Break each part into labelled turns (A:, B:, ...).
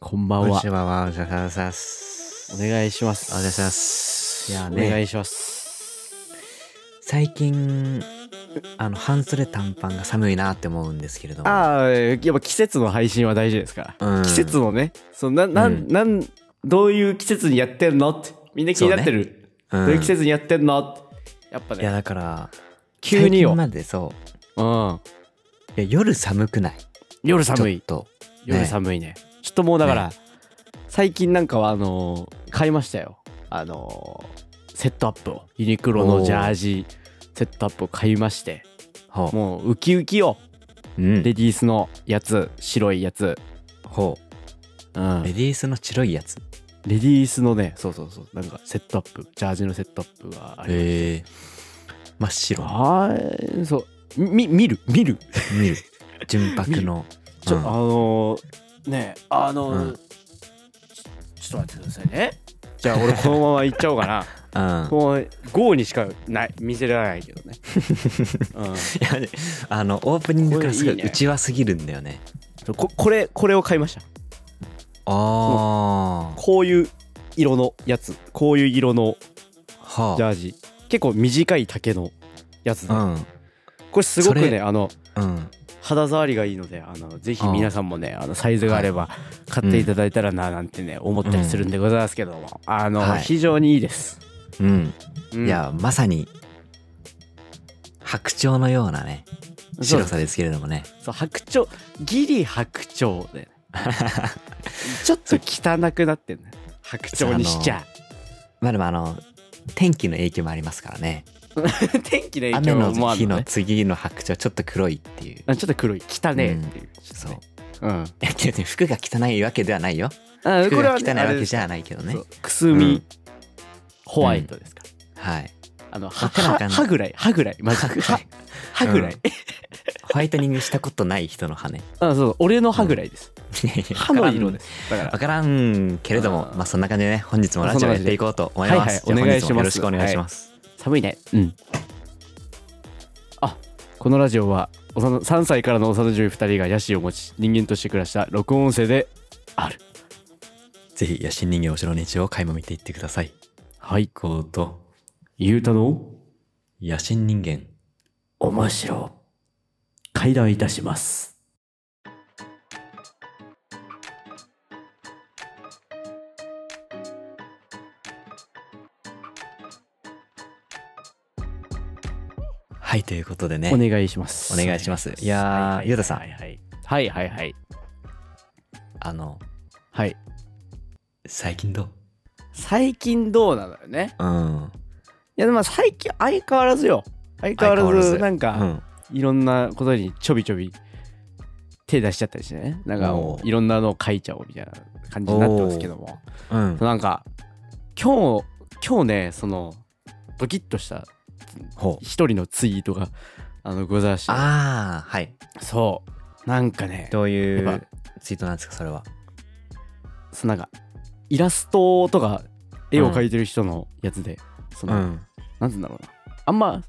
A: こんばん
B: こんに
A: は
B: ち。は、おじゃささす。
A: お願いします。
B: お願いします
A: いや、お
B: ね
A: 願いします。
B: 最近、あの、半袖短パンが寒いなって思うんですけれども。
A: ああ、やっぱ季節の配信は大事ですから。
B: うん
A: 季節のね、そのな、なん、
B: うん
A: なん、どういう季節にやってんのって、みんな気になってる。
B: そうねうん
A: どういう季節にやってんのって。やっぱ
B: いや、
A: ね、
B: だから、
A: 急によ
B: 最近までそう
A: うん。。
B: いや夜寒くない
A: 夜寒い。
B: ちょっと。
A: 夜
B: い。
A: 寒いね。ちょっともうだから、
B: ね
A: 最近なんかはあのー買いましたよ。あのーセットアップを。ユニクロのジャージ、セットアップを買いまして。
B: ほう。
A: もうウキウキよ。
B: うん
A: レディースのやつ、白いやつ。
B: ほ
A: うん
B: う。レディースの白いやつ。
A: レディースのね、そうそうそう、なんかセットアップ、ジャージのセットアップがあります。
B: へえ。真っ白。
A: あーそう、み、見る、見る。
B: 見る。純白の。
A: ちょ、
B: うん
A: あのー、ねえあのー
B: うん
A: ちょちょっと待ってくださいね。じゃあ俺このまま行っちゃおうか な。
B: うん。
A: こう、ゴーにしかない、見せられないけどね。うん
B: いやねあのオープニングからすご
A: これいい
B: い
A: ね
B: 内輪すぎるんだよね。
A: そうこ、これ、これを買いました。
B: ああ。
A: こういう色のやつ、こういう色のジ
B: は
A: ャージ。結構短い丈のやつで、
B: あ。
A: これすごく
B: そ
A: ね、
B: れ
A: あの、
B: うん。うん。
A: 肌触りがいいのであのぜひ皆さんもねあのサイズがあれば買っていただいたらななんてね思ったりするんでございますけども、あの、
B: はい
A: 非常にいいです、
B: うん。
A: うん
B: いやまさに白鳥のようなね
A: そう
B: 白さですけれどもね
A: そう白鳥ギリ白鳥 でちょっと汚くなってんね白鳥にしちゃ
B: まあでもあの天気の影響もありますからね
A: 天気の影
B: 雨
A: 響
B: の
A: もある
B: 日
A: の
B: の
A: ね
B: 次の白鳥ちょっと黒いっていう
A: あちょっと黒い汚ねえっていう、ち
B: そう
A: ょっとね
B: いやけどね服が汚いわけではないよ
A: うんあ
B: 服
A: これ
B: が
A: は、
B: 汚い
A: ね、
B: わ
A: あれ
B: け
A: です
B: じゃないけどね
A: そうくすみ、
B: うん
A: ホワイトですから、
B: はい
A: あのは
B: わけわかんない
A: 歯ぐらい歯ぐらいマジ
B: 歯ぐ
A: で
B: ら
A: 歯
B: い
A: 歯ぐらい、
B: うんホワイトニングしたことない人の羽
A: あそう俺の歯ぐらいです、 歯の色ですすだから
B: わからんけれども
A: うん
B: まあそんな感じでね本日もラジオやっていこうと思います
A: そんな感じではいはい
B: じゃあ本日もよろしくお願いします
A: 寒いねうんあこのラジオは幼3歳からの幼女児2人が野心を持ち人間として暮らした録音音声である
B: ぜひ野心人間お城の日を垣間見ていってください
A: はい
B: こうと
A: ゆうたの
B: 野心人間
A: 面白会談いたします
B: はいということでね
A: お願いします
B: お願いしますいやー
A: はいはい
B: ゆうたさん
A: はいはいはいはいはい
B: あの
A: はい
B: 最近ど
A: 最近どうなのよね
B: ううん
A: いやでも最近相変わらずよ相変わらずなんか、
B: うん
A: いろんなことにちょびちょび手出しちゃったりしてねなんかも
B: お
A: う
B: う
A: いろんなのを書いちゃおうみたいな感じになってますけども
B: うん
A: なんか今日今日ねそのドキッとした
B: ほう
A: 一人のツイートがあのございまして
B: ああはい
A: そうなんかね
B: どうい
A: やっ
B: うツイートなんですかそれは
A: そのなんかイラストとか絵を描いてる人のやつで、その、
B: ん
A: なんつうんだろうなあんま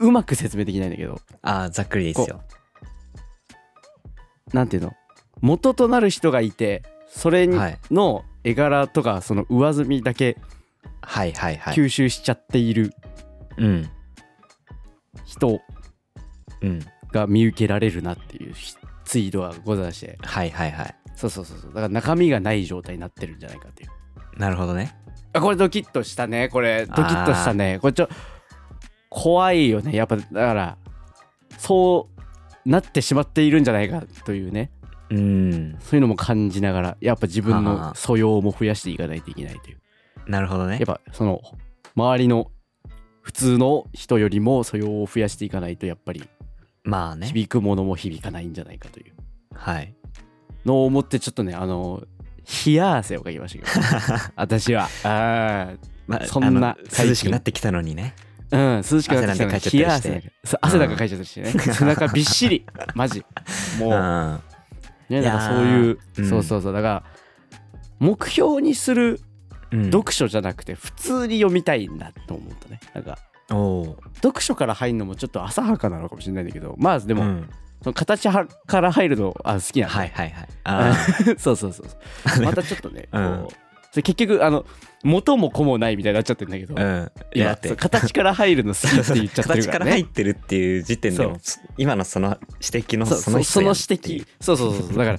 A: うまく説明できないんだけど
B: ああざっくりでいいっすよ
A: なんていうの元となる人がいてそれに
B: はい
A: の絵柄とかその上積みだけ
B: はいはいはい
A: 吸収しちゃっている
B: うん
A: 人
B: うん
A: が見受けられるなっていうひツイートがございまして
B: はいはいはい
A: そうそうそうそうだから中身がない状態になってるんじゃないかっていう
B: なるほどね
A: あこれドキッとしたねこれドキッとしたねこれちょ怖いよねやっぱだからそうなってしまっているんじゃないかというね
B: うん
A: そういうのも感じながらやっぱ自分
B: あ
A: の
B: ー
A: 素養も増やしていかないといけないという
B: なるほどね
A: やっぱその周りの普通の人よりも素養を増やしていかないとやっぱり
B: まあね
A: 響くものも響かないんじゃないかという
B: はい
A: のを思ってちょっとねあの冷や汗をかきました けど私はあ
B: まあ
A: そんな
B: あの
A: 最近
B: 涼しくなってきたのにね
A: ーうん涼しくなってきたのに
B: 汗
A: 冷や
B: なん
A: 汗
B: てかいちゃったりして
A: だけそう汗なんかかいちゃったりしてね背中びっしりマジも
B: う
A: うん
B: は
A: ね
B: い
A: だ
B: やー
A: からそういう、
B: うん
A: そうそうそうだから目標にする
B: うん
A: 読書じゃなくて普通に読みたいんだと思ったねなんか
B: おー
A: 読書から入るのもちょっと浅はかなのかもしれないんだけどまあで
B: で
A: も、
B: うん
A: その形はから入るのあ好きなの、
B: はいはいはい。あ
A: そうそうそう
B: あ
A: またちょっとね、
B: うん
A: こうそれ結局あの元も子もないみたいになっちゃってるんだけど、
B: うん。いや
A: 今
B: だって
A: そう形から入るの好きって言っちゃってる
B: 形
A: か
B: からら
A: ね
B: 入ってるっていう時点でも今のその指摘の
A: そう
B: その
A: そ
B: 人
A: の
B: やん
A: 指
B: ってい
A: 摘そうそうそうそうだか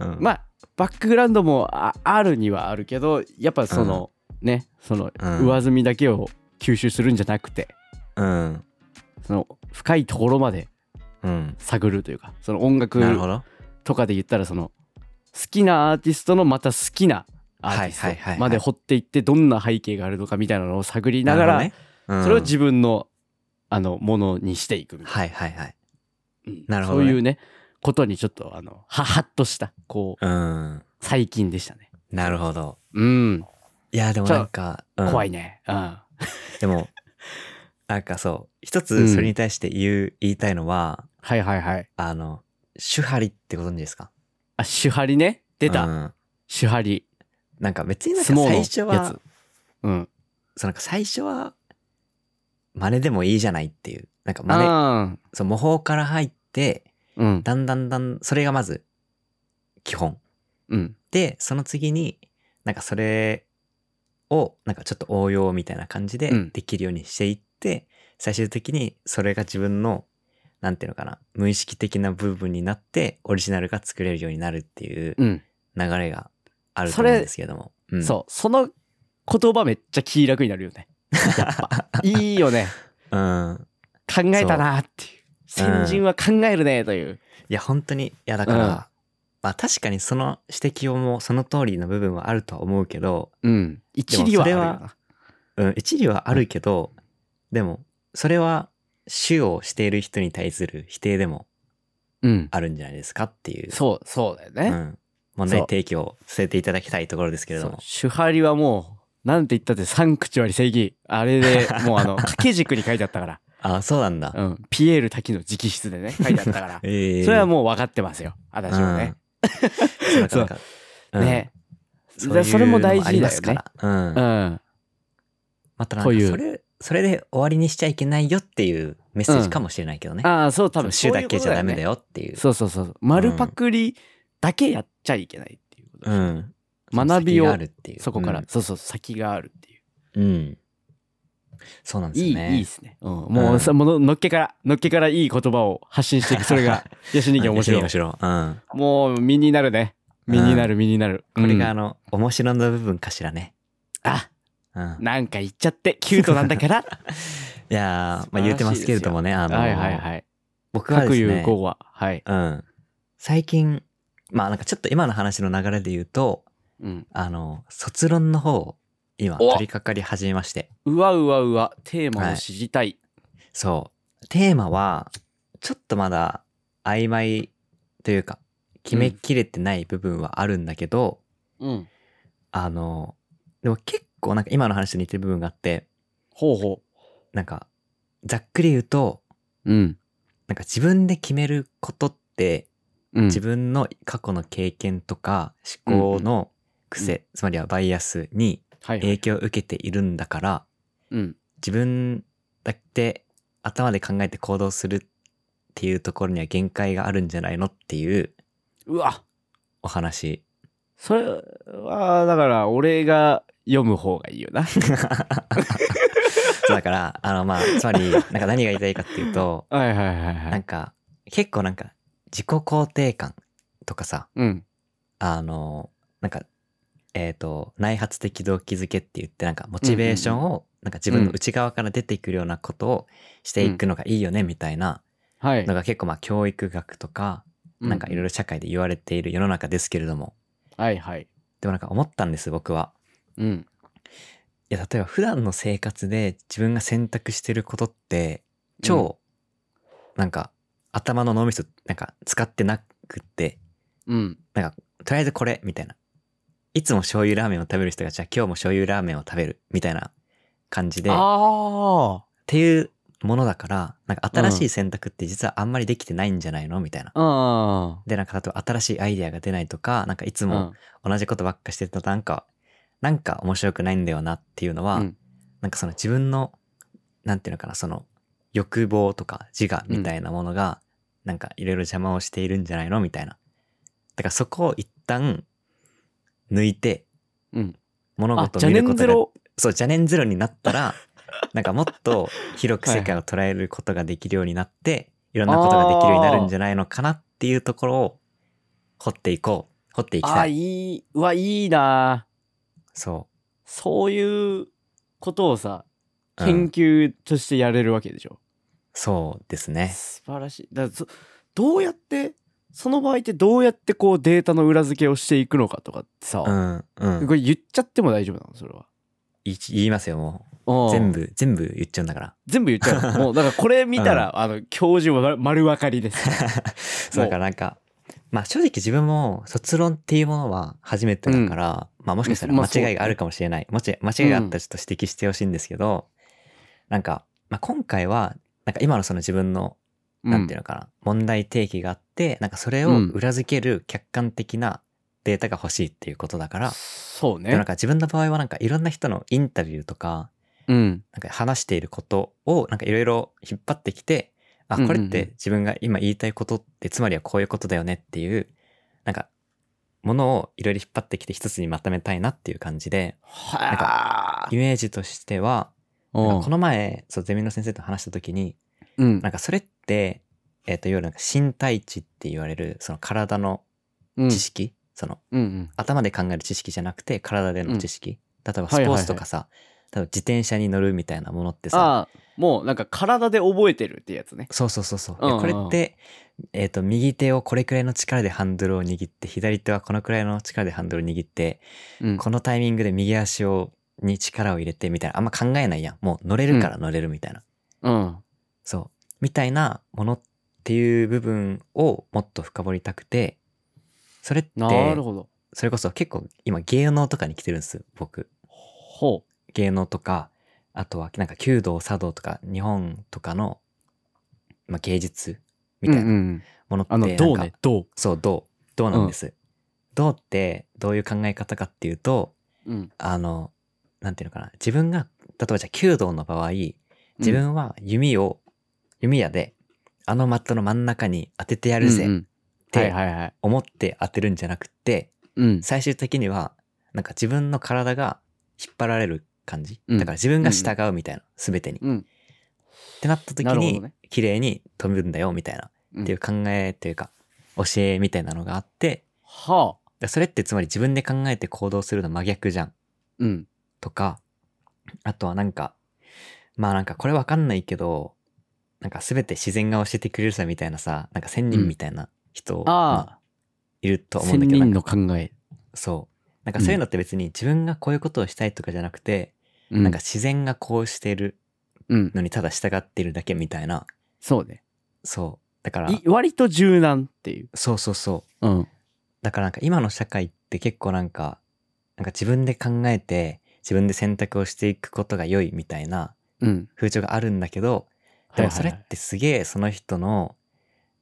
A: ら
B: う、うん
A: まあバックグラウンドもああるにはあるけどやっぱその、ねその
B: うん
A: 上積みだけを吸収するんじゃなくて
B: うん
A: その深いところまで
B: うん
A: 探るというかその音楽
B: なるほど
A: とかで言ったらその好きなアーティストのまた好きなアーテ
B: はいはい
A: ィ
B: は
A: スト
B: いはい
A: まで掘っていってどんな背景があるのかみたいなのを探りなが
B: なる
A: ら
B: ほどねうん
A: それを自分のあのものにしていくみたい
B: はいはいはい
A: なうん
B: なるほど
A: そ
B: ね
A: ういうねことにちょっとあのははっとしたこう
B: うん
A: 最近でしたね
B: なるほど
A: うん
B: いやでもなんか、うん
A: 怖いねうん
B: でもなんかそう一つそれに対して言う、言いたいのは
A: はいはいはい。
B: あの手張りってご存知ですか
A: あ、手張りね。出
B: う
A: た。
B: ん
A: 手張り。
B: なんか別になんか
A: 相撲の
B: 最
A: や
B: 初
A: つ。
B: は
A: うん。
B: そうなんか最初は真似でもいいじゃないっていうなんか真似
A: あ
B: そう模倣から入って
A: ーうん。
B: だんだんだんそれがまず基本
A: うん。
B: でその次になんかそれをなんかちょっと応用みたいな感じで
A: うん
B: できるようにしていって、最終的にそれが自分のなんていうのかな無意識的な部分になってオリジナルが作れるようになるっていう
A: うん。
B: 流れがあると思うんですけども、うん
A: そう。その言葉めっちゃ気楽になるよ ね。やっぱ。いいよね。
B: う、ん、
A: 考えたなっていう。
B: うん
A: 先人は考えるねという。
B: いや本当にいやだから、
A: うん
B: まあ確かにその指摘をもうその通りの部分はあるとは思うけど、
A: うん。一理はあるよ
B: でもそれうん、一理はあるけど、でもそれは主をしている人に対する否定でも
A: うん。
B: あるんじゃないですかっていう、
A: そう、そうだよ
B: う
A: ね。
B: ん、問題提起をさせていただきたいところですけれ
A: そう
B: ども。
A: 手張りはもう、なんて言ったって三口割り正義。あれ でもうあの、掛け軸に書いてあったから。
B: あそうなんだ。
A: うん。ピエール滝の直筆 でね、書いてあったから。
B: ええ
A: それはもう分かってますよ。私もね。
B: うんなか なかうん
A: ね、
B: そう
A: だそれも大
B: いうのあり
A: 事
B: ま
A: だ
B: す
A: よ
B: か
A: ね。
B: らうん
A: う。ん、
B: またなん
A: こうい
B: か
A: う
B: それ、それで終わりにしちゃいけないよっていうメッセージかもしれないけどね。
A: ああそう多分
B: 主だけじゃダメだ
A: よ
B: よっていう。
A: そうそうそう丸パクリだけやっちゃいけないっていうこと、
B: うん。
A: 学び
B: そ
A: を
B: の先があるっていう
A: そこから、そうそう先があるっていう
B: うん。うんそうなんです
A: いい
B: よね。
A: いいですね、うん、もうさ、もののっけからのっけからいい言葉を発信して いくそれがヤシニキ面白い
B: 面白い。うん。
A: もう身になるね身になる身になる、
B: これ
A: う
B: があ
A: ん
B: の、面白の部分かしらね。
A: あ
B: うん。
A: なんか言っちゃってキュートなんだから
B: いや
A: 素晴らしいで
B: ー
A: す
B: まあ
A: よ
B: 言ってますけれどもね、あの、
A: はいはいはい
B: 僕はで
A: 各
B: す
A: 有
B: ね、
A: 効ははい、
B: うん。最近、まあなんかちょっと今の話の流れで言うと、
A: うん、
B: あの、卒論の方を今
A: お
B: 取り掛かり始めまして、
A: うわうわうわテーマを知りたい、
B: そう。テーマは、ちょっとまだ曖昧というか、決めきれてない部分はあるんだけど、
A: うん
B: あの、でも結構なんか今の話と似てる部分があって、
A: ほうほ
B: なんか、ざっくり言うと、
A: ううん、
B: なんか自分で決めることって、
A: うん、
B: 自分の過去の経験とか思考の癖、
A: う
B: つまりはバイアスに
A: はいはい
B: 影響を受けているんだから
A: うん
B: 自分だって頭で考えて行動するっていうところには限界があるんじゃないのっていう
A: うわ
B: お話
A: それはだから俺が読む方がいいよな
B: そうだからあのまあつまりなんか何が言いたいかっていうと
A: はいはいはいは
B: なん
A: い
B: か結構なんか自己肯定感とかさ
A: うん
B: あの、なんか、えっ、と、内発的動機づけって言って、なんか、モチベーションを、なんか自分の内側から出てくるようなことをしていくのがいいよね、みたいな
A: はい
B: のが結構、まあ、教育学とか、なんかいろいろ社会で言われている世の中ですけれども、
A: うんはいはい
B: でもなんか思ったんです、僕は。
A: うん
B: いや、例えば普段の生活で自分が選択してることって、超、なんか、頭の脳みそ、なんか、使ってなくって、
A: うん
B: とりあえずこれみたいな。いつも醤油ラーメンを食べる人が、じゃあ今日も醤油ラーメンを食べるみたいな感じで、っ
A: あ
B: ていうものだから、なんか新しい選択って実はあんまりできてないんじゃないのみたいな
A: あ。あ
B: で、なんか例えば新しいアイデアが出ないとか、なんかいつ
A: う
B: も
A: ん
B: 同じことばっかしてるとなんか、なんか面白くないんだよなっていうのは、
A: うん
B: なんかその自分の、なんていうのかな、その欲望とか自我みたいなものが、なんかいろいろ邪魔をしているんじゃないのみたいな。だからそこを一旦抜いて、
A: うん
B: 物
A: あ
B: 事
A: じ
B: を
A: ゃ
B: 見
A: ね
B: る
A: ん
B: こと
A: ゼ
B: が
A: ロ
B: そう、邪念ゼロになっ たら、なんかもっと広く世界を捉えることができるようになって、い、ろんなことができるようになるんじゃないのかなっていうところを掘っていこう。掘っていき
A: あ
B: た
A: ー
B: い。
A: いいうわいいな
B: そ
A: そういうことをさ
B: う、うん
A: 研究としてやれるわけでしょ、
B: そうですね。
A: 素晴らしいだからそどうやってその場合ってどうやってこうデータの裏付けをしていくのかとかってさ、
B: うん、うん。
A: これ言っちゃっても大丈夫なのそれはい
B: 言いますよ、も
A: う
B: う。
A: ん
B: 全部、全部言っちゃうんだから。
A: 全部言っち ゃうのもうだからこれ見たら、あの教授は丸丸分かりです
B: そうだからなんか、まあ正直自分も卒論っていうものは初めてだから、まあもしかしたら
A: ま
B: 間
A: あそう
B: 違いがあるかもしれない。もち間違いがあったらちょっと指摘してほしいんですけど、なんか、まあ今回は、なんか今のその自分の、なんていうのかな、問題提起があって、なんかそれを
A: うん
B: 裏付ける客観的なデータが欲しいっていうことだか
A: うん
B: ら、
A: そう
B: でもな
A: ね
B: んか自分の場合はなんかいろんな人のインタビューとか、
A: うん
B: なんか話していることをなんかいろいろ引っ張ってきて、あ、
A: うんうん
B: こ
A: うん
B: れって自分が今言いたいことってつまりはこういうことだよねっていう、なんかものをいろいろ引っ張ってきて一つにまとめたいなっていう感じで、なん
A: はあ
B: イメージとしては、なんかこの前、そう、ゼミの先生と話した時に、
A: うん
B: なんかそれって、えっ、と、いわゆるなんか身体値って言われる、その体の
A: うん
B: 知識、その
A: うんうん
B: 頭で考える知識じゃなくて体での知識。例えば
A: はいは
B: スポ
A: い
B: ー
A: はい
B: ツとかさ、多分自転車に乗るみたいなものってさ、
A: ああもうなんか体で覚えてるってやつね
B: そうそうそうそう。
A: うんうん
B: でこれって、えっ、と、右手をこれくらいの力でハンドルを握って、左手はこのくらいの力でハンドルを握って、
A: うん
B: このタイミングで右足を、に力を入れてみたいな。あんま考えないやん。もう乗れるから乗れるみたいな。
A: うん
B: そう。みたいなものっていう部分をもっと深掘りたくて、それって、
A: なるほど
B: それこそ結構今芸能とかに来てるんです、僕。
A: ほ
B: 芸能とか、あとはなんか弓道、茶道とか、日本とかの、まあ、芸術
A: う
B: みたい
A: うんう
B: なんものって
A: あ
B: なんか、
A: のどうねどう
B: そう、銅。銅なんです。銅ってどういう考え方かっていうと、
A: うん
B: あの、なんていうのかな。自分が、例えばじゃあ弓道の場合、自分は弓を、弓矢で、あの的の真ん中に当ててや
A: や
B: るぜっ
A: はい
B: て
A: はいはい
B: 思って当てるんじゃなくて、
A: うん
B: 最終的には、なんか自分の体が引っ張られる感じ。
A: うん
B: だから自分が従うみたいな、すべてに。っ
A: うん
B: てなった時
A: なるほ
B: に
A: どね、
B: 綺麗に飛ぶんだよ、みたいな。
A: うん
B: っていう考えというか、教えみたいなのがあって、
A: はあ
B: だからそれってつまり自分で考えて行動するの真逆じゃん
A: うん
B: とか、あとはなんか、まあなんかこれわかんないけど、なんか全て自然が教えてくれるさみたいなさ、なんか仙人みたいな人、まあ
A: あ
B: いると
A: あ
B: 思う
A: 仙
B: んだけど、な
A: 人
B: んか
A: の考え
B: そう。なんかそういうのって別に自分がこういうことをしたいとかじゃなくて、
A: な
B: なんか自然がこうしてる
A: うん
B: のにただ従ってるだけみたいな、
A: そうね
B: そう。だから、
A: い割と柔軟っていう
B: そうそうそう。
A: うん
B: だからなんか今の社会って結構なんか、なんか自分で考えて自分で選択をしていくことが良いみたいな
A: うん
B: 風潮があるんだけど、でもそれってすげえその人の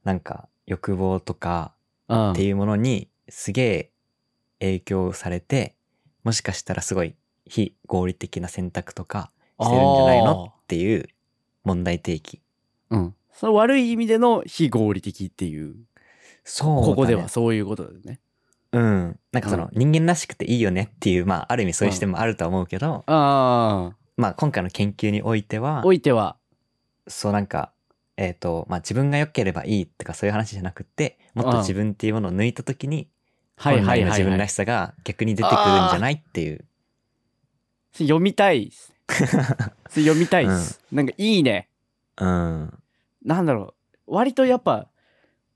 B: なんか欲望とか
A: っ
B: っていうものにすげえ影響されて、もしかしたらすごい非合理的な選択とかしてるんじゃないのっていう問題提起。
A: うん、その悪い意味での非合理的っていう
B: そう、
A: ここでは。そういうことだよね。
B: うん。なんかその人間らしくていいよねっていう、まあある意味そういう視点もあるとは思うけど、
A: あ
B: まあ、今回の研究において
A: あ
B: は
A: お、いては
B: そうなんか、えっ、と、まあ自分が良ければいいとかそういう話じゃなくって、もっ
A: うん
B: と自分っていうものを抜いた時に、
A: はい
B: 本
A: は
B: 来
A: い
B: の
A: は
B: 自
A: い、
B: 分
A: は
B: ら
A: い、
B: しさが逆に出てくるんじゃないっていう。
A: 読みたいっ すそれ読みたいっす、なんかいいね
B: うん。
A: なんだろう割とやっぱ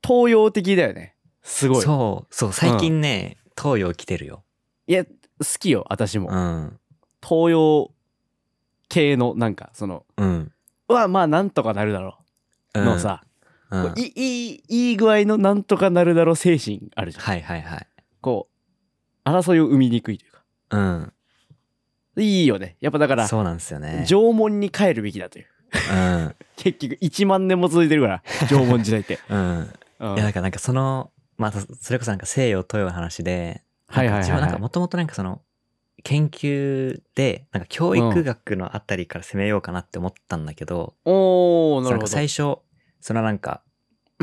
A: 東洋的だよねすごい
B: そう、そう、最近ね、東洋来てるよ。
A: いや好きよ私も、
B: うん。
A: 東洋系のなんかその
B: うん。
A: うわまあなんとかなるだろ
B: う
A: うんの、さ、
B: うん
A: こういいいいい具合のなんとかなるだろう精神あるじゃん
B: はいはいはい。
A: こう争いを生みにくいというか
B: うん。
A: いいよねやっぱだから
B: そうなんですよね。
A: 縄文に帰るべきだという
B: うん。
A: 結局1万年も続いてる から縄文時代って、
B: うん。
A: うん
B: いや、だからなんかその、まあ、それこそなんか西洋東洋の話で、
A: はいはいはいはい
B: 自分なんかもともとなんかその、研究で、なんか教育学のあたりから攻めようかなって思ったんだけど、
A: おーな
B: な
A: る
B: ん
A: ほ
B: か
A: ど
B: 最初、そのなんか、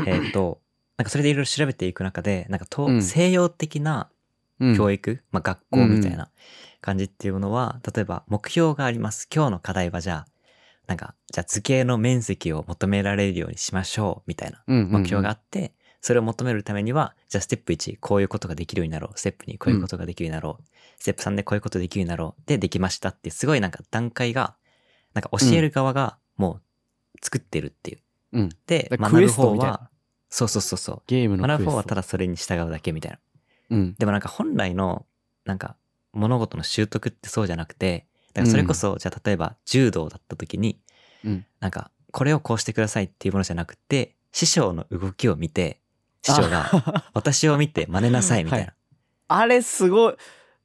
B: え っ、と、なんかそれでいろいろ調べていく中で、なんかと、
A: うん
B: 西洋的な
A: うん
B: 教育、まあ学校みたいな感じっていうものは、例えば目標があります。今日の課題はじゃあ、なんか、じゃあ図形の面積を求められるようにしましょう、みたいな
A: うんうんうん
B: 目標があって、それを求めるためには、じゃあステップ1、こういうことができるようになろう。ステップ2、こういうことができるようになろう。ステップ3でこういうことできるようになろう。で、できましたって、すごいなんか段階が、なんか教える側がもう作ってるっていう。
A: うん
B: で
A: だ、から
B: 学
A: クエ
B: ぶ
A: スト
B: 方
A: みたいな
B: は、そうそうそうそ
A: ゲーム
B: う。
A: の
B: 学ぶ方は
A: クエスト
B: ただそれに従うだけみたいな。
A: うん
B: でもなんか本来の、なんか物事の習得ってそうじゃなくて、だからそれこそ、じゃあ例えば柔道だった時に、
A: うん
B: なんか、これをこうしてくださいっていうものじゃなくて、師匠の動きを見て、師匠が
A: あ
B: 私を見て真似なさいみたいな。
A: あれすごい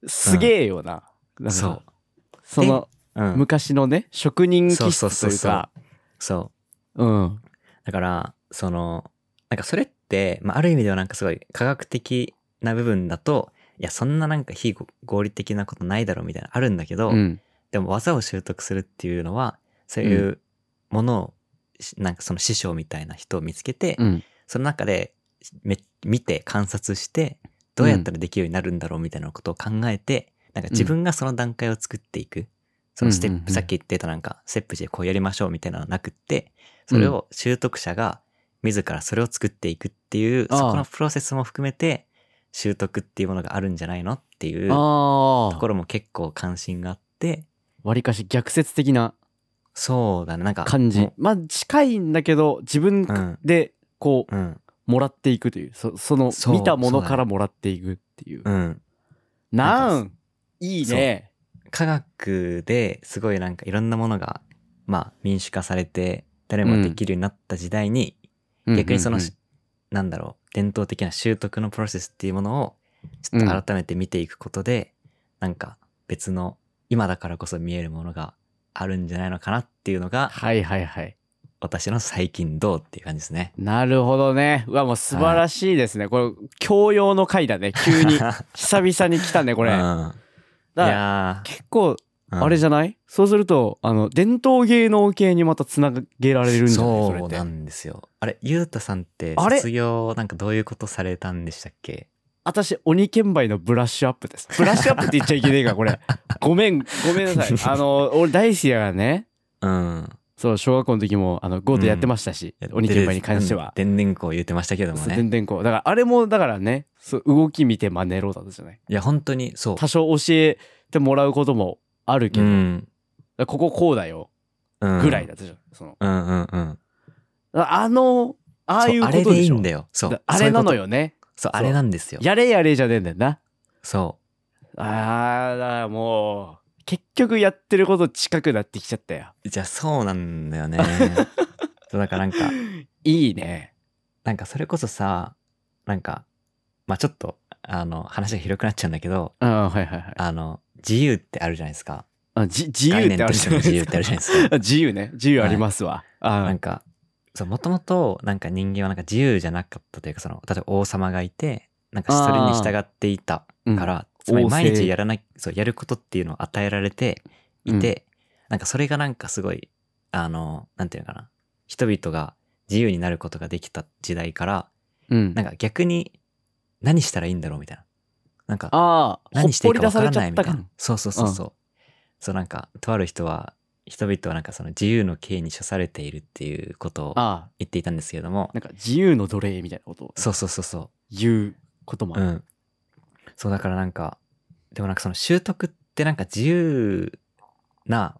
A: すげえよな,、なんか
B: そう
A: その
B: うん。
A: 昔のね職人気
B: そう
A: 質
B: そ
A: と
B: うそう
A: いう
B: そう
A: か
B: そう。
A: うん
B: だから、その、なんかそれって、まあ、ある意味ではなんかすごい科学的な部分だと、いや、そんななんか非合理的なことないだろうみたいな、あるんだけど、
A: うん
B: でも技を習得するっていうのは、そういうものを、しなんかその師匠みたいな人を見つけて、
A: うん
B: その中でめ見て観察して、どうやったらできるようになるんだろうみたいなことを考えて、なんか自分がその段階を作っていく。そのステップ、
A: うんうんうん
B: さっき言ってたなんか、ステップでこうやりましょうみたいなのはなくって、それを習得者が自らそれを作っていくっていう、
A: ああ
B: そこのプロセスも含めて、習得っていうものがあるんじゃないのっていうと
A: ああ
B: ころも結構関心があって、
A: わりかし逆説的な
B: そうだね、なんか。
A: 感じ
B: も
A: まあ近いんだけど自分
B: うん
A: でこ
B: ううん。
A: うもらっていくというそその
B: そう
A: 見たものからもらっていくっていう
B: うん。
A: な
B: なん
A: いいね
B: 科学ですごいなんかいろんなものが、まあ、民主化されて誰もできるようになった時代に、逆にその、
A: うんうんうん
B: なんだろう伝統的な習得のプロセスっていうものをちょっと改めて見ていくことで、なんか別の今だからこそ見えるものがあるんじゃないのかなっていうのが
A: はいはいはい
B: 私の最近どうっていう感じですね。
A: なるほどねうわもう素晴らしいですね、これ教養の回だね急 に久々に来たねこ
B: こ
A: れ、
B: うん、い
A: だから
B: やー、
A: 結構あれ
B: じ
A: じゃない、そうするとあの伝統芸能系にまたつなげられるんじゃないそれ
B: そ
A: っ
B: う
A: て
B: なんですよ。あれゆうたさんって
A: あれ
B: 卒業なんかどういうことされたんでしたっけ
A: 私鬼剣梅のブラッシュアップですブラッシュアップって言っちゃいけねえからこれごめんごめんな さいあの俺大好きだからね
B: うん。
A: そう小学校の時もあのゴートやってましたし、鬼剣梅に関しては、
B: 電電光言ってましたけども
A: そう
B: ね
A: 全然こうだからあれもだからねそう動き見て真似ろだったじゃない
B: いや本当にそう
A: 多少教えてもらうこともあるけ
B: う
A: ど、だか
B: ん
A: らこここうだよ
B: うん
A: ぐらいだったじゃん、その
B: うんうんうん
A: あのああいう
B: そう
A: こ
B: あ
A: とでし
B: れ
A: ょ
B: でいいんだよそう
A: だあれなの
B: よ
A: よねそ
B: そう
A: う
B: あれなんですよ
A: やれやれじゃねえんだよな
B: そ
A: あーだからもう結局やってること近くなってきちゃったよ
B: うじゃあそうなんだ よねそうだからなんか
A: いいね
B: なんかそれこそさなんかまあちょっとあの話が広くなっちゃうんだけど
A: あーはいはいはい
B: あの自由ってあるじゃないですか
A: あじ自由ってあるじゃない
B: 概念としての自
A: で
B: 由
A: す
B: っ
A: か
B: てあるじゃないですか
A: あ 自由ね自由ありますわ、あ
B: なんか、そう、もともと、なんか人間はなんか自由じゃなかったというか、その、例えば王様がいて、なんかそれに従っていたから、
A: う
B: つ
A: ん
B: まり
A: 王
B: 毎
A: 政
B: 日やらない、そう、やることっていうのを与えられていて、なんかそれがなんかすごい、あの、なんていうのかな、人々が自由になることができた時代から、
A: うん
B: なんか逆に、何したらいいんだろうみたいな。なんか、
A: ああほっ
B: 何してい
A: ぽ
B: い
A: り
B: か
A: 出
B: 分か
A: され
B: ら
A: ち
B: な
A: ゃ
B: い
A: っ
B: み
A: た
B: たいな。
A: 感
B: そうそうそうそう。そうなんか、とある人は、人々はなんかその自由の刑に処されているっていうことを
A: ああ
B: 言っていたんですけれども、
A: なんか自由の奴隷みたいなことを
B: そうそうそうそ
A: 言うこともあ
B: う。う
A: る、
B: ん。そうだからなんか、でもなんかその習得ってなんか自由な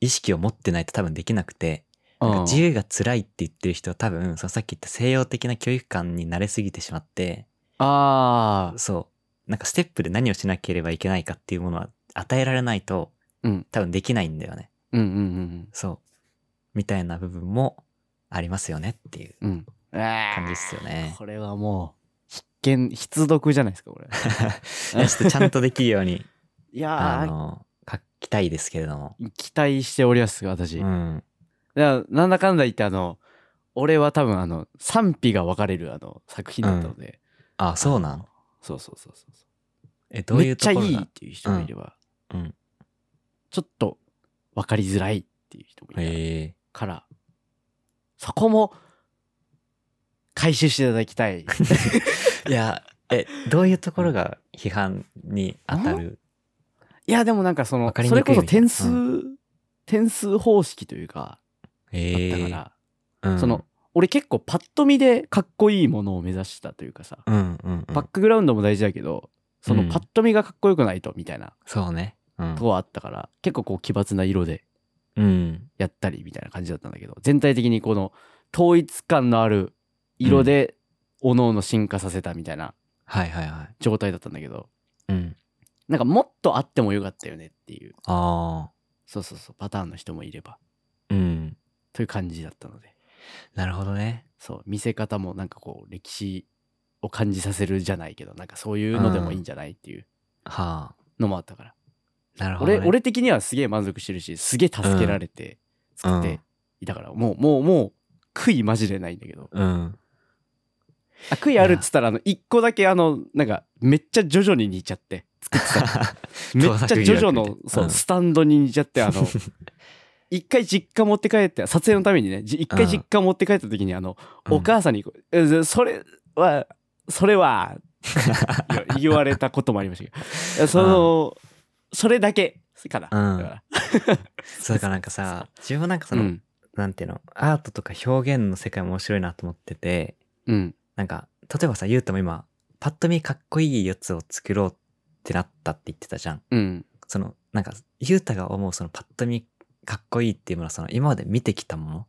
B: 意識を持ってないと多分できなくて、なんか
A: うん
B: 自由が辛いって言ってる人は多分、そのさっき言った西洋的な教育観に慣れすぎてしまって、
A: ああ
B: そう、なんかステップで何をしなければいけないかっていうものは与えられないと、
A: うん
B: 多分できないんだよね。
A: うんうん
B: そう。みたいな部分もありますよねっていう
A: うんうんうんあ
B: 感
A: あ
B: じですよね。
A: これはもう必見必読じゃないですか これ
B: いやちょっとちゃんとできるよ うに
A: いや
B: あ
A: ー
B: の、書きたいですけれども。
A: 期待しております私、
B: うん。
A: だからなんだかんだ言ってあの俺は多分あの賛否が分かれるあの作品だったので、
B: あ、そうなの
A: そうそうそうそうそ
B: え、
A: う
B: どういうところ
A: めっちゃ
B: が
A: いいっていう人もいれば、
B: うん。
A: ちょっと分かりづらいっていう人もいる
B: へえ
A: から、そこも回収していただきた い
B: いや、え、どういうところが批判に当たる
A: いやでもなんかそ
B: わ
A: の
B: かりに
A: そ
B: く
A: れこ
B: い
A: そ
B: みたい
A: 点
B: な
A: 数、点数方式というかだった
B: え
A: から、
B: え
A: その、俺結構パッと見でかっこいいものを目指したというかさ、
B: うんうんうん
A: バックグラウンドも大事だけどその
B: うん
A: パッと見がかっこよくないとみたいな
B: そうね。うん
A: と。こはあったから、結構こう奇抜な色で
B: うん。
A: やったりみたいな感じだったんだけど全体的にこの統一感のある色で各々進化させたみたいな
B: はいはいはい。
A: 状態だったんだけど
B: うん。
A: なんかもっとあってもよかったよねっていう
B: ああ。
A: そうそうそうパターンの人もいれば
B: うん。
A: という感じだったので
B: なるほどね。
A: そう見せ方もなんかこう歴史を感じさせるじゃないけどなんかそういうのでもいいんじゃないっていう
B: はあ。
A: のもあったから、
B: なるほど、ね。
A: 俺俺的にはすげえ満足してるしすげえ助けられて作っ
B: うん
A: ていたから、もうもうもう悔いマジでないんだけど
B: うん。
A: あ悔いあるっつったらあの1個だけあのなんかめっちゃ徐々に似ちゃって作ってためっちゃジョジョのそう、
B: うん
A: スタンドに似ちゃって あの一回実家持って帰って撮影のためにねじ一回実家持って帰った時にあの、
B: うん
A: お母さんにこうえ「それはそれは」言言われたこともありましたけ どその、それだけかな、
B: うん
A: だから
B: そうだからなんかさ、自分もなんかそうの、
A: ん
B: なんていうの、アートとか表現の世界も面白いなと思ってて、
A: うん
B: なんか、例えばさ、ゆうたも今、パッと見かっこいいやつを作ろうってなったって言ってたじゃん。
A: うん
B: その、なんか、ゆうたが思うそのパッと見かっこいいっていうものは、その今まで見てきたもの。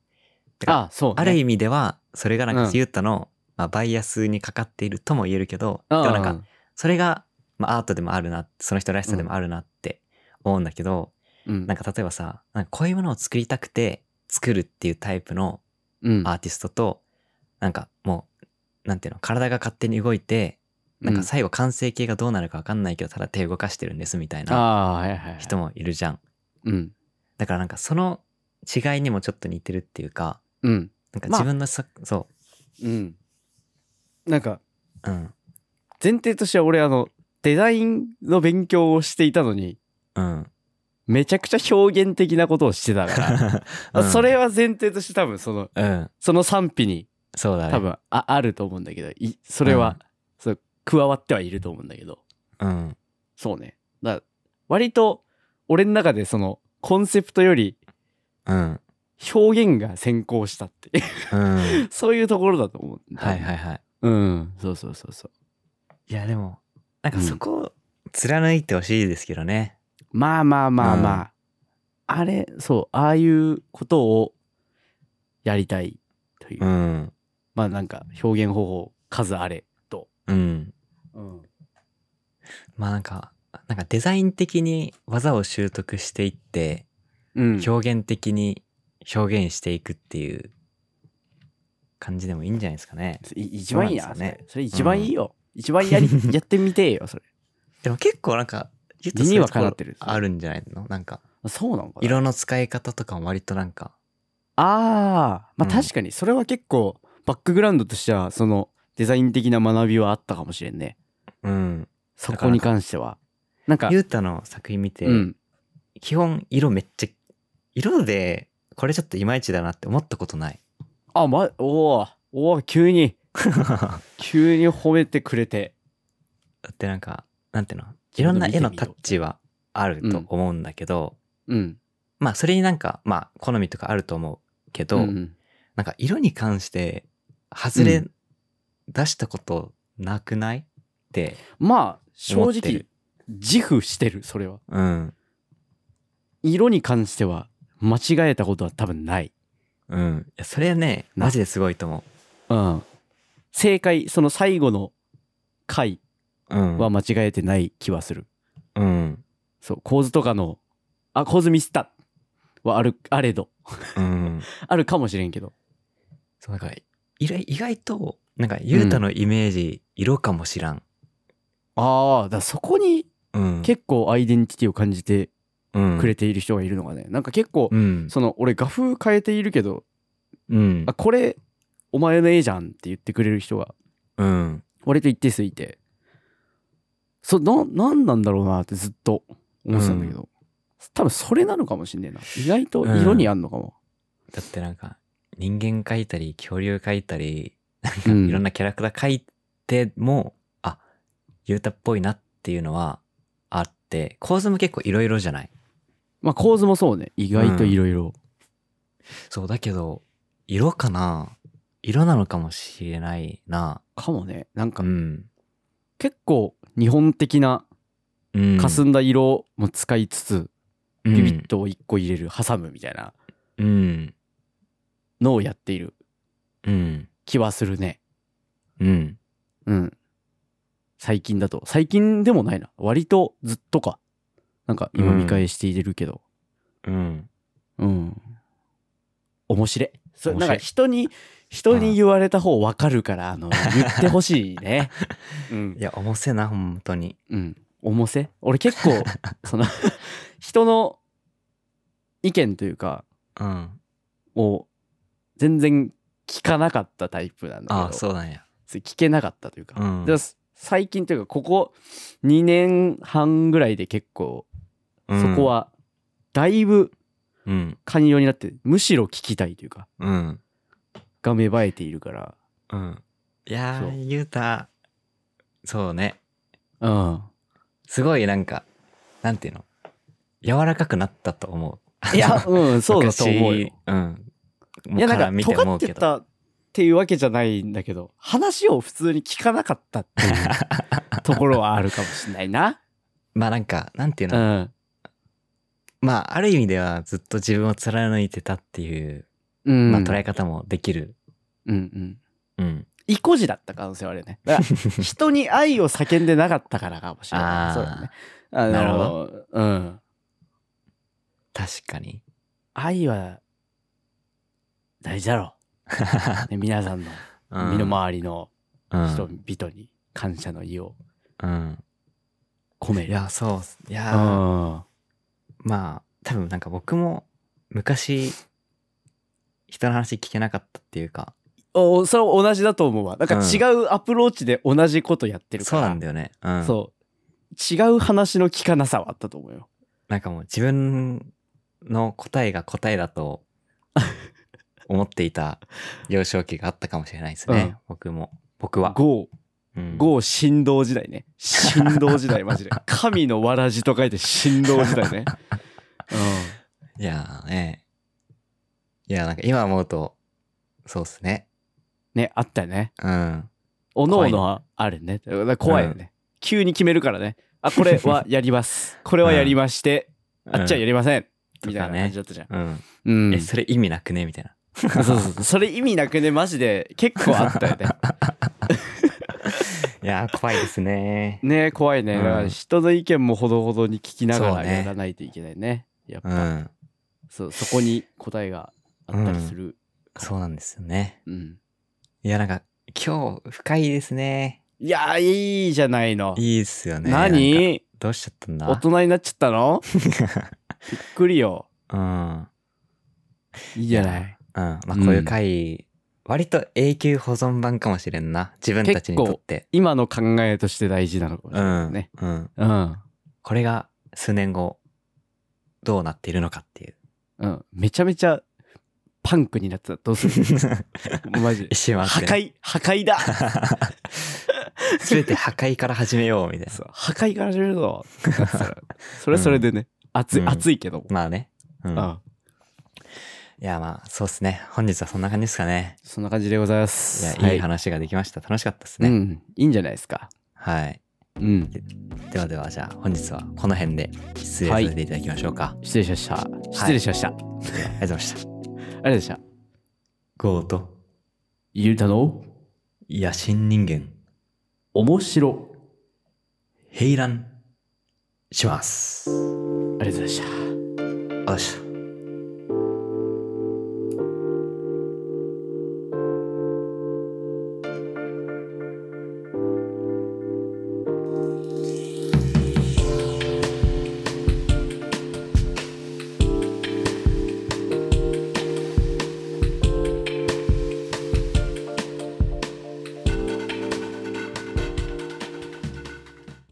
B: だから
A: あそう、ね、
B: ある意味では、それがなんか、
A: うん
B: ゆうたの、まあ、バイアスにかかっているとも言えるけど、で
A: う
B: も
A: ん
B: なんか、それが、まあ、アートでもあるな、その人らしさでもあるなって思うんだけど、
A: うん
B: なんか例えばさ、なんかこういうものを作りたくて作るっていうタイプの
A: うん
B: アーティストと、なんかもう、なんていうの、体が勝手に動いて、なんか最後完成形がどうなるかわかんないけど、ただ手動かしてるんですみたい
A: あ
B: な
A: あはいはい、はい、
B: 人もいるじゃん。
A: うん
B: だからなんかその違いにもちょっと似てるっていうか、
A: うん
B: なんか
A: まあ
B: 自分のさ、そ
A: うんなんか
B: う、うん、
A: 前提としては俺あのデザインの勉強をしていたのに
B: うん。
A: めちゃくちゃ表現的なことをしてたか ら、
B: うん
A: それは前提として多分その
B: うん、
A: その賛否に
B: そうだね。
A: 多分ああると思うんだけどいそれは、そう加わってはいると思うんだけど
B: うん、
A: そうねだから割と俺の中でそのコンセプトより
B: うん、
A: 表現が先行したっていう
B: うん。
A: そういうところだと思う
B: はいはいはい。
A: うんそうそうそうそう
B: いやでも、なんかそこを貫いてほしいですけどね。
A: まあまあまあまあ、あれそうああいうことをやりたいという、
B: うん。
A: まあなんか表現方法数あれと、
B: うん。
A: うん、
B: まあなんか、なんかデザイン的に技を習得していって、
A: うん
B: 表現的に表現していくっていう感じでもいいんじゃないですかね。
A: い一番いいな
B: そうなん
A: そ
B: ですよね
A: れそれ一番いいよ、一番や りやってみてえよそれ
B: でも結構なんか、ゆ
A: 理にはかなってる
B: あるんじゃないのなんか、
A: そうなのかな
B: 色の使い方とかも割となんか、
A: ああまあ
B: うん
A: 確かにそれは結構バックグラウンドとしてはそのデザイン的な学びはあったかもしれんね
B: うん。
A: そこに関してはなんか
B: ゆうたの作品見て、
A: うん
B: 基本色めっちゃ、色で、これちょっといまいちだなって思ったことない。
A: あまおーおー急 に急に褒めてくれて
B: だってなんか、なんていうの、い
A: ちょ
B: ろ
A: っ
B: ん
A: と
B: な
A: 見て
B: 絵
A: みよう
B: のタッチはあると思うんだけど、
A: うん
B: まあそれになんか、まあ好みとかあると思うけど、
A: うん
B: なんか色に関して、外れ出したことなくない、って、
A: まあ
B: 思
A: 正
B: って
A: 直
B: る
A: 自負してるそれは
B: うん、
A: 色に関しては間違えたことは多分ない、
B: うん。いやそれね、
A: な
B: マジですごいと思
A: うん、正解その最後の回
B: う。うん。
A: は間違えてない気はする、
B: うん。
A: そう構図とかのあ構図ミスったはあるあれど
B: うん。
A: あるかもしれんけど
B: そう、なんか、いろ意外と、なんか、ゆうたのイメージ、色かもしらん。
A: ああだからそこに
B: うん。
A: 結構アイデンティティを感じて
B: 構
A: くれている人がいるのがね、なんか結構、
B: うん。
A: その俺画風変えているけど
B: うん
A: あ。これお前の絵じゃんって言ってくれる人が
B: うん。
A: 割と一定数いてそななんなんだろうなってずっと思ってたんだけど、多分それなのかもしんねえな意外 と色にあんのかも、
B: だってなんか、人間描いたり、恐竜描いたり、
A: う
B: いろん
A: ん、
B: なキャラクター書いても、あ、ユータっぽいなっていうのはあって、構図も結構いろいろじゃない
A: まあ構図もそうね意外といろいろ
B: そう、だけど、色かな色なのかもしれないな。
A: かもねなん
B: う
A: か
B: ん。
A: 結構日本的な
B: うん。
A: 霞んだ色も使いつつ、
B: うん
A: ビビッとを1個入れる挟むみたいな
B: うん。
A: のをやっている
B: うん。
A: 気はするね
B: うん。
A: うん最近だと最近でもないな割とずっとかなんか今見返していれるけど
B: うん。
A: うん面白いそれ
B: 面
A: なん
B: 白い
A: か人に人
B: う
A: に
B: ん
A: 言われた方わかるからあの言ってほしいね うん
B: いや、重せえな、本当に。
A: うん、重せ俺結 構その人の意見というか
B: うん。
A: を全然聞かなかったタイプなんだけど
B: ああ、そうなんや。
A: それ聞けなかったというか、
B: うん
A: で最近というかここ2年半ぐらいで結構そ
B: うん
A: こ。はだいぶ
B: うん。
A: 寛容になってむしろ聞きたいというか
B: うん。
A: が芽生えているから
B: うん。いや
A: そう
B: ー、ゆうた、そうね。
A: うん
B: すごいなんか、なんていうの柔らかくなったと思う。
A: いやうん そうだと思うよ
B: 昔。うん。
A: いや
B: も
A: な
B: うら
A: んか
B: 見て
A: 尖
B: 思
A: っ
B: うけ
A: て
B: ど。
A: たっていうわけじゃないんだけど話を普通に聞かなかったっていう ところはあるかもしれないな。
B: まあなんか、なんていう
A: う
B: の、
A: ん、
B: まあある意味ではずっと自分を貫いてたっていう、
A: うん、
B: まあ捉え方もできる。
A: うんうん
B: うん。
A: 意固地だった可能性はあるよね。だから 人に愛を叫んでなかったからかもしれない。
B: あー
A: そうだね。あの
B: なるほ
A: うん。
B: 確かに。
A: 愛は大事だろう。ね、皆さんの 身の回りの
B: うん
A: 人々に感謝の意を
B: うん。
A: 込め
B: い
A: る。
B: や、そうっす。いや
A: う
B: ー、
A: ん。
B: まあ多分なんか僕も昔、人の話聞けなかったっていうか、
A: おそれは同じだと思うわ。なんか違うアプローチで同じことやってるか
B: そう
A: ら。
B: なんだよね。うん。
A: そう。違う話の聞かなさはあったと思うよ。
B: なんかもう自分の答えが答えだと思っていた幼少期があったかもしれないですね。
A: うん
B: 僕も。僕は。
A: ゴ
B: うん
A: ー、ゴー振動時代ね。振動時 代、マジで。神のわらじと書いて振動時代ね。
B: いやーね。いや、なんか今思うと、そうっすね。
A: うん。ね、あったよね。
B: うん。
A: おのおのはあるね。だから怖いよね。急に決めるからね。あ、これはやり ます。これはやりまして、あっちはやりません。みたいな感じだったじゃん。
B: うん。
A: うん。
B: え、それ意味なくねみたいな。
A: そうそうそう。それ意味なくね、マジで結構あった よね。
B: いやー、怖いで すね。
A: ね怖いね、
B: うん
A: だから人の意見もほどほどに聞きなが
B: そ
A: ら
B: うね
A: やらないといけないねやっぱ、
B: うん。
A: そうそこに答えがあったりする
B: そうなんですよね。
A: うん、
B: いや、なんか、今日、深いですね。
A: いやーいいじゃないの
B: いいっすよね。なんか
A: 何
B: どうしちゃったんだ
A: 大人になっちゃったのびっくりよ
B: うん。
A: いいじゃない
B: うん。まあ、
A: うん
B: こういう回、割と永久保存版かもしれんな。自分たちにとって。
A: 今の考えとして大事なのかもし
B: う
A: れない
B: ん、
A: ね
B: うん。
A: うん、
B: これが数年後、どうなっているのかっ ていう。
A: うんめちゃめちゃパンクになってたらどうす るマジ
B: 一瞬は
A: 破壊破壊 だ
B: すべて破壊から始めよう、みたいな。
A: そう破壊から始めるぞってなってたらそれはそれでね、熱い
B: うん
A: 熱いけども、
B: まあね。うん。
A: うん
B: いや、まあ、そうですね。本日はそんな感じですかね。
A: そんな感じでございま
B: い
A: す。
B: や、
A: はい
B: い話ができました。楽しかったです
A: う
B: ね。
A: ん、いいんじゃないですか。
B: はい。
A: うん、
B: ではでは、じゃあ、本日はこの辺で失礼させていただきましょうか。
A: 失礼しました。失礼しました。あ
B: ではありがとうございました。
A: りがとうございました。
B: ゴーと
A: ゆうたの
B: 野心人間。
A: 面白。
B: 平乱します。
A: ありがとうございました。
B: よし。